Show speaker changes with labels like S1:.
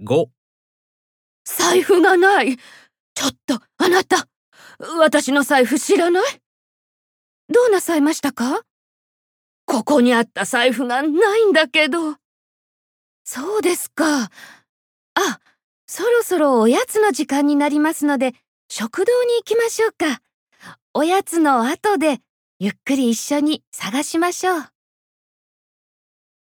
S1: 5
S2: 財布がないちょっと、あなた私の財布知らないどうなさいましたかここにあった財布がないんだけど。そうですか。あ、そろそろおやつの時間になりますので、食堂に行きましょうか。おやつの後で、ゆっくり一緒に探しましょう。